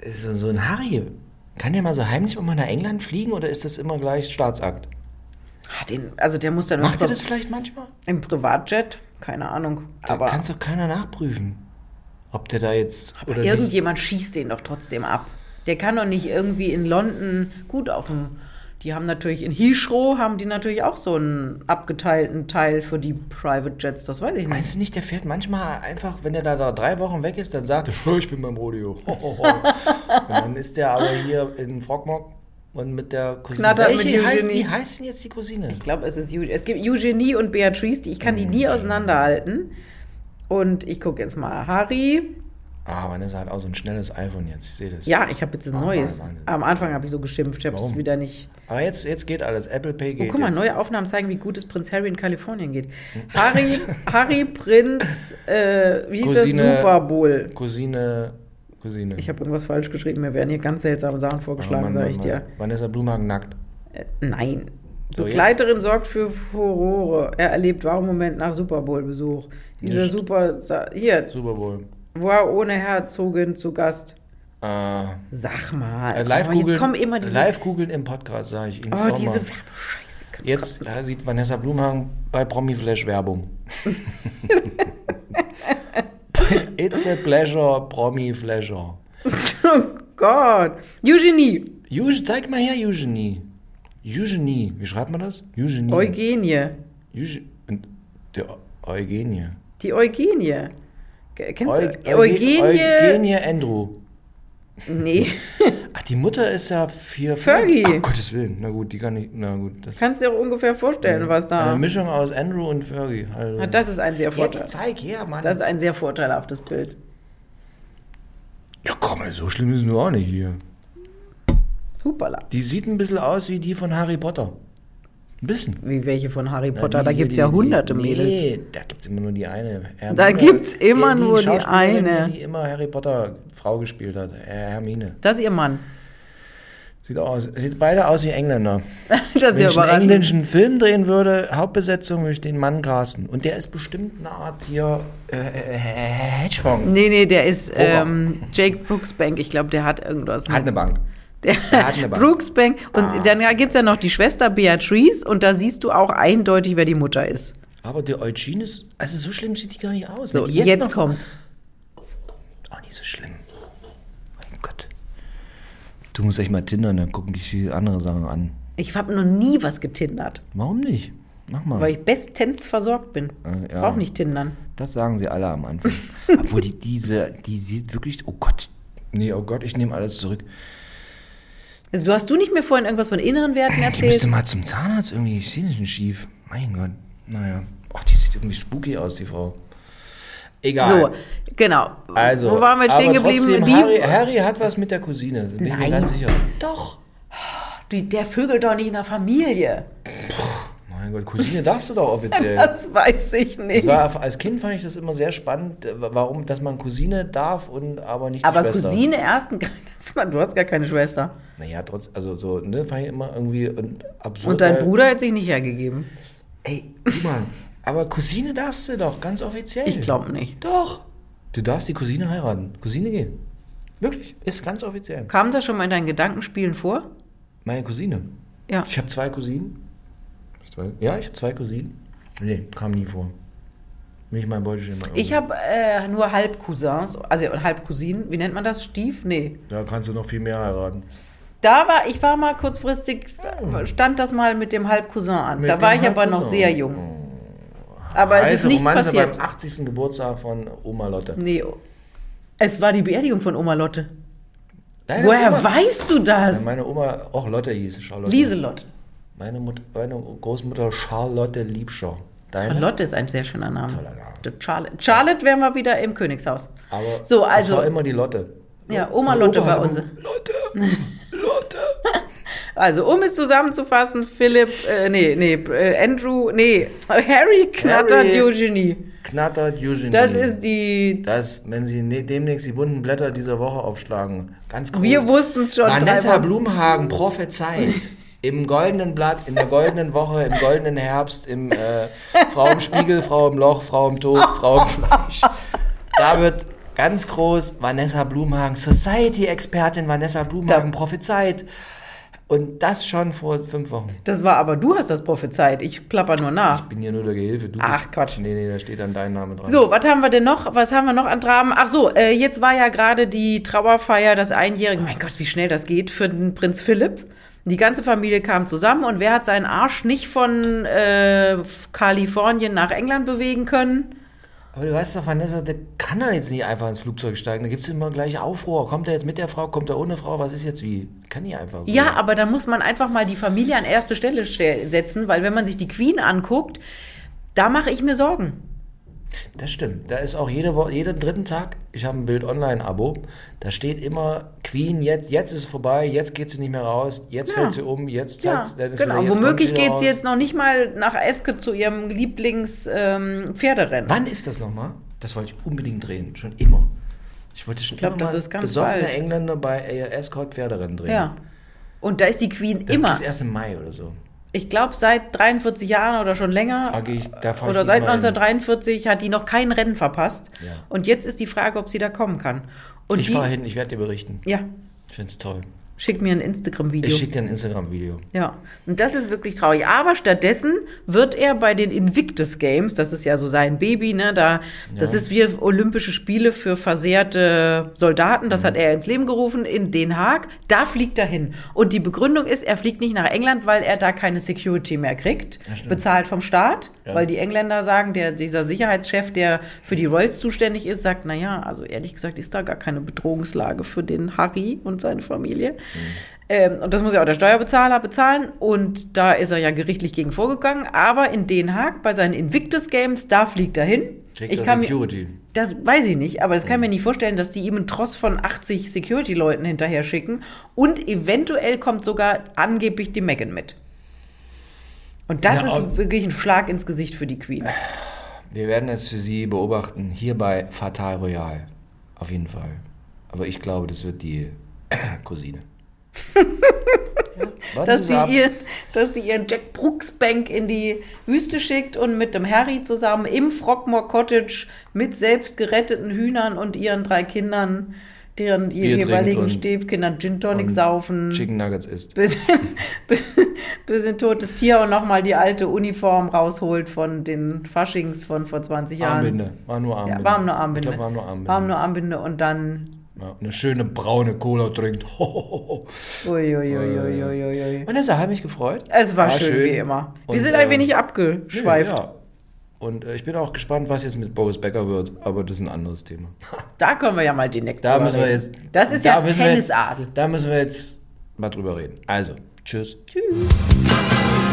S2: so, so ein Harry. Kann der mal so heimlich mal nach England fliegen oder ist das immer gleich Staatsakt?
S1: Ah, den, also der muss dann
S2: Macht
S1: im,
S2: er das vielleicht manchmal?
S1: im Privatjet, keine Ahnung.
S2: Da
S1: Aber
S2: kann es doch keiner nachprüfen, ob der da jetzt oder nicht.
S1: irgendjemand schießt den doch trotzdem ab. Der kann doch nicht irgendwie in London gut auf dem. Die haben natürlich in Heathrow haben die natürlich auch so einen abgeteilten Teil für die Private Jets. Das weiß ich nicht.
S2: Meinst du nicht, der fährt manchmal einfach, wenn er da, da drei Wochen weg ist, dann sagt er, "Oh, <laughs> ich bin beim Rodeo. <laughs> und dann ist der aber hier in Frogmore und mit der Cousine.
S1: Knattert mit
S2: Welche heißt,
S1: Eugenie.
S2: wie heißt denn jetzt die Cousine?
S1: Ich glaube, es ist Eugenie. Es gibt Eugenie und Beatrice, die ich kann die nie auseinanderhalten. Und ich gucke jetzt mal Harry.
S2: Ah, man ist halt auch so ein schnelles iPhone jetzt, ich sehe das.
S1: Ja, ich habe jetzt ein
S2: Ah,
S1: neues.
S2: Wahnsinn.
S1: Am Anfang habe ich so geschimpft, ich habe es
S2: Warum?
S1: wieder nicht.
S2: Aber jetzt, jetzt geht alles. Apple Pay
S1: Oh,
S2: geht.
S1: guck mal,
S2: jetzt. Hm.
S1: neue Aufnahmen zeigen, wie gut es Prinz Harry in Kalifornien geht.
S2: <laughs>
S1: Harry, Harry Prinz, äh, wie hieß
S2: Cousine-
S1: das? Super Bowl.
S2: Cousine, Cousine. Ah,
S1: Ich habe irgendwas falsch geschrieben, mir werden hier ganz seltsame Sachen vorgeschlagen, sage ich dir. Äh,
S2: Vanessa Blumhagen nackt.
S1: Nein.
S2: So, jetzt-
S1: Begleiterin sorgt für Furore. Er erlebt warmen Moment nach Super Bowl-Besuch. Dieser
S2: Nicht.
S1: Super. Sa- Hier,
S2: Super Bowl.
S1: war ohne Herzogin zu Gast.
S2: Äh,
S1: Sag mal.
S2: äh, live
S1: aber jetzt
S2: googeln-
S1: kommen immer diese.
S2: live googeln im Podcast, sage ich Ihnen.
S1: oh,
S2: auch
S1: diese
S2: mal.
S1: Werbescheiße. kann
S2: Jetzt da sieht Vanessa Blumhagen bei
S1: <laughs>
S2: Promiflash Werbung. It's a pleasure, Promifleasure.
S1: kotzen. <laughs> Oh Gott. Eugenie.
S2: Eugenie, zeig mal her, Eugenie. Eugenie, wie schreibt man das? Eugenie.
S1: Eugenie.
S2: Euge- und der Eugenie.
S1: Die Eugenie. Ge- Kennst
S2: Eu-
S1: du? Eugenie.
S2: Eugenie Andrew.
S1: Nee. <laughs>
S2: Ach, die Mutter ist ja vier.
S1: Fergie.
S2: Ach, Gottes Willen. Na gut, die kann ich. Na gut, das
S1: Kannst dir auch ungefähr vorstellen, was da.
S2: Eine Mischung aus Andrew und Fergie. Also.
S1: Na, Das ist ein sehr
S2: Jetzt
S1: vorteil.
S2: zeig her, Mann.
S1: Das ist ein sehr vorteilhaftes Bild.
S2: ja, komm, ey, so schlimm ist es nur auch nicht hier.
S1: Hupala.
S2: Die sieht ein bisschen aus wie die von Harry Potter. Ein bisschen.
S1: Wie welche von Harry Potter?
S2: Die
S1: da
S2: hier,
S1: gibt es
S2: die-
S1: ja
S2: die-
S1: hunderte Mädels.
S2: Nee, da gibt es immer nur die eine. Hermine,
S1: Da gibt's immer
S2: äh,
S1: nur die
S2: Schauspielerin,
S1: eine.
S2: Die immer Harry Potter Frau gespielt hat. Äh, Hermine.
S1: Das ist ihr Mann. <laughs>
S2: Sieht, auch aus, sieht beide aus wie Engländer.
S1: Das ist
S2: Wenn
S1: ja
S2: ich einen
S1: überraschend.
S2: englischen Film drehen würde, Hauptbesetzung, würde ich den Mann grasen. Und der ist bestimmt eine Art hier äh, äh, Hedgefonds.
S1: Nee, nee, der ist ähm, Jake Brooksbank. Ich glaube, der hat irgendwas
S2: Hat eine Bank.
S1: Der
S2: hat
S1: <laughs>
S2: eine Bank. Ah.
S1: Brooksbank. Und dann gibt es ja noch die Schwester Beatrice und da siehst du auch eindeutig, wer die Mutter ist.
S2: Aber der Eugene ist, also so schlimm sieht die gar nicht aus.
S1: So,
S2: Wenn die
S1: jetzt,
S2: noch-
S1: kommt's.
S2: Auch nicht so schlimm. Mein Gott. Du musst echt mal tindern, dann gucken dich viele andere Sachen an.
S1: Ich habe noch nie was getindert,
S2: Warum nicht? Mach mal.
S1: weil ich bestens versorgt bin.
S2: Äh, ja.
S1: Brauch nicht tindern.
S2: das sagen sie alle am Anfang. Obwohl die, diese, die sieht wirklich, oh Gott. Nee, oh Gott, ich nehme alles zurück.
S1: Also, du hast du nicht mir vorhin irgendwas von inneren Werten
S2: Ich müsste
S1: erzählt?
S2: mal zum Zahnarzt irgendwie, ich sehe nicht schief. Mein Gott. Naja. Ach, die sieht irgendwie spooky aus, die Frau.
S1: So,
S2: Egal.
S1: genau.
S2: also,
S1: Wo waren wir stehen
S2: aber
S1: geblieben?
S2: Trotzdem,
S1: Die,
S2: Harry, Harry hat was mit der Cousine, bin ich mir
S1: Nein.
S2: ganz sicher.
S1: Doch. Die, der vögelt doch nicht in der Familie.
S2: Mein Gott, Cousine darfst du doch
S1: <laughs>
S2: offiziell.
S1: Das weiß ich
S2: Es
S1: nicht.
S2: war, als Kind fand ich das immer sehr spannend, äh, warum, dass man Cousine darf und aber nicht die
S1: Aber
S2: Schwester.
S1: Cousine ersten Grades, <laughs> Mann, du hast gar keine Schwester.
S2: Naja, trotz, also so, ne, fand ich immer irgendwie und absurd.
S1: Und dein
S2: weil-
S1: Bruder hätte sich nicht hergegeben.
S2: Ey, guck mal, aber Cousine darfst du doch, ganz offiziell.
S1: Ich glaube nicht.
S2: Doch. Du darfst die Cousine heiraten. Cousine gehen. Wirklich, ist ganz offiziell.
S1: Kam das schon mal in deinen Gedankenspielen vor?
S2: Meine Cousine.
S1: Ja.
S2: Ich habe zwei Cousinen. Hab ich zwei? Ja, ich habe zwei Cousinen. Nee, kam nie vor. Nicht mein Beutelschema. irgendwie.
S1: Ich habe äh, nur Halbcousins, also Halbcousinen, wie nennt man das? Stief? Nee.
S2: Da kannst du noch viel mehr heiraten.
S1: Da war, ich war mal kurzfristig, stand das mal mit dem Halbcousin an.
S2: Hm. Mit
S1: da
S2: dem
S1: war ich aber noch
S2: Halbcousin. Hm.
S1: sehr jung. Aber es ist
S2: Heiße
S1: nichts
S2: Romanze
S1: passiert.
S2: beim 80. Geburtstag von Oma Lotte.
S1: Nee. Es war die Beerdigung von Oma Lotte.
S2: Deine
S1: Woher
S2: Oma?
S1: weißt du
S2: Ja,
S1: das?
S2: Meine Oma, auch Lotte hieß Charlotte.
S1: Lieselotte.
S2: Meine, Mut, meine Großmutter Charlotte Liebscher. Deine?
S1: Lotte ist ein sehr schöner Name.
S2: Toller Name.
S1: Die Charlotte, Charlotte wären wir wieder im Königshaus.
S2: Aber
S1: So,
S2: es war
S1: also,
S2: immer die Lotte.
S1: ja, Oma
S2: Mein
S1: Lotte
S2: Opa
S1: war
S2: hat
S1: unsere.
S2: immer-
S1: <laughs>
S2: Lotte! Lotte!
S1: Also, um es zusammenzufassen, Philipp, äh, nee, nee, äh, Andrew, nee, <laughs> Harry knattert
S2: Harry. Hm.
S1: Eugenie.
S2: Knattert Eugenie.
S1: Das ist die,
S2: Das, wenn Sie ne, demnächst die bunten Blätter dieser Woche aufschlagen, ganz groß.
S1: wir wussten es schon.
S2: Vanessa
S1: drei Wochen.
S2: Blumhagen prophezeit im goldenen Blatt, in der goldenen Woche, im goldenen Herbst, im äh, Frau im Spiegel, Frau im Loch, Frau im Tod, Frau im Fleisch. Da wird ganz groß Vanessa Blumhagen, Society-Expertin Vanessa Blumhagen prophezeit. Und das schon vor fünf Wochen.
S1: Das war aber, du hast das prophezeit, ich plapper nur nach.
S2: Ich bin hier nur der Gehilfe. Du
S1: Ach,
S2: bist,
S1: Quatsch.
S2: Nee, nee, da steht dann dein Name dran.
S1: So, was haben wir denn noch? Was haben wir noch an Dramen? Ach so, äh, jetzt war ja gerade die Trauerfeier, das Einjährige. Mein Gott, wie schnell das geht für den Prinz Philipp. Die ganze Familie kam zusammen und wer hat seinen Arsch nicht von äh, Kalifornien nach England bewegen können?
S2: Aber du weißt doch, Vanessa, der kann da jetzt nicht einfach ins Flugzeug steigen. Da gibt es immer gleich Aufruhr. Kommt er jetzt mit der Frau, kommt er ohne Frau? Was ist jetzt wie? Kann die einfach so.
S1: Ja, aber da muss man einfach mal die Familie an erste Stelle stell- setzen, weil wenn man sich die Queen anguckt, da mache ich mir Sorgen.
S2: Das stimmt. Da ist auch jede Woche, jeden dritten Tag, ich habe ein Bild-Online-Abo, da steht immer Queen, jetzt, jetzt ist es vorbei, jetzt geht sie nicht mehr raus, jetzt
S1: Ja.
S2: fällt sie um, jetzt
S1: Ja,
S2: zeigt dann ist
S1: genau.
S2: wieder- jetzt
S1: Womöglich
S2: kommt wieder
S1: geht es
S2: raus.
S1: jetzt noch nicht mal nach Eske zu ihrem ähm, Lieblings-Pferderennen.
S2: Wann ist das nochmal? Das wollte ich unbedingt drehen, schon immer. Ich wollte schon
S1: glaub,
S2: immer
S1: das
S2: mal
S1: ist ganz
S2: besoffene
S1: bald.
S2: Engländer bei äh, Escort Pferderennen drehen.
S1: ja. Und da ist die Queen
S2: Das
S1: immer.
S2: ist erst im Mai oder so.
S1: Ich glaube, seit 43 Jahren oder schon länger
S2: Da geh ich- Ah, da fahr ich
S1: oder seit
S2: diesmal hin.
S1: 1943 hat die noch kein Rennen verpasst.
S2: Ja.
S1: Und jetzt ist die Frage, ob sie da kommen kann. Und
S2: ich
S1: die,
S2: fahre hin, ich werde dir berichten.
S1: Ja,
S2: Ich finde es toll.
S1: schick mir ein
S2: Ich
S1: Instagram-Video.
S2: schicke dir ein Instagram-Video.
S1: Ja, und das ist wirklich traurig. Aber stattdessen wird er bei den Invictus Games, das ist ja so sein Baby, ne, da, das
S2: Ja.
S1: ist wie Olympische Spiele für versehrte Soldaten,
S2: Mhm.
S1: das hat er ins Leben gerufen in Den Haag, da fliegt er hin. Und die Begründung ist, er fliegt nicht nach England, weil er da keine Security mehr kriegt,
S2: stimmt.
S1: bezahlt vom Staat,
S2: Ja.
S1: weil die Engländer sagen, der, dieser Sicherheitschef, der für die Royals zuständig ist, sagt, na ja, also ehrlich gesagt ist da gar keine Bedrohungslage für den Harry und seine Familie.
S2: Mhm.
S1: Ähm, und das muss ja auch der Steuerbezahler bezahlen. Und da ist er ja gerichtlich gegen vorgegangen. Aber in Den Haag bei seinen Invictus Games, da fliegt er hin.
S2: Kriegt
S1: ich
S2: er
S1: kann mir,
S2: Security. Mhm.
S1: das weiß ich nicht, aber das kann ich mir nicht vorstellen, dass die ihm einen Tross von 80 Security-Leuten hinterher schicken. Und eventuell kommt sogar angeblich die Megan mit. Und das
S2: Na,
S1: ist
S2: ob-
S1: wirklich ein Schlag ins Gesicht für die Queen.
S2: Äh, Wir werden es für Sie beobachten, hier bei Fatal Royal. Auf jeden Fall. Aber ich glaube, das wird die <clears throat>
S1: <laughs>
S2: Cousine. ja, warten
S1: Dass
S2: Sie
S1: die,
S2: ab.
S1: ihren, dass die ihren Jack Brooksbank in die Wüste schickt und mit dem Harry zusammen im Frogmore Cottage mit selbst geretteten Hühnern und ihren drei Kindern, deren die
S2: Bier trinkt
S1: jeweiligen
S2: und-
S1: Stiefkindern Gin Tonic
S2: und
S1: saufen,
S2: Chicken Nuggets isst.
S1: bis, <laughs> bis, bis ein totes Tier und nochmal die alte Uniform rausholt von den Faschings von vor 20 Jahren.
S2: Armbinde. War nur Armbinde.
S1: Ja, war nur Armbinde.
S2: Ich glaub, war nur Armbinde.
S1: War nur Armbinde und dann.
S2: ja, eine schöne braune Cola trinkt. <laughs> Hohoho.
S1: Uiuiuiuiuiui.
S2: Vanessa, hat mich gefreut.
S1: Es war, schön, wie immer. Wir
S2: Und,
S1: sind ein
S2: ähm,
S1: wenig abgeschweift.
S2: Ja. Und äh, ich bin auch gespannt, was jetzt mit Boris Becker wird. Aber das ist ein anderes Thema.
S1: Da können wir ja mal die nächste
S2: Da
S1: drüber
S2: müssen wir
S1: reden.
S2: jetzt.
S1: Das ist
S2: da
S1: ja
S2: müssen wir jetzt-
S1: Tennisadel.
S2: Da müssen wir jetzt mal drüber reden. Also, tschüss.
S1: Tschüss.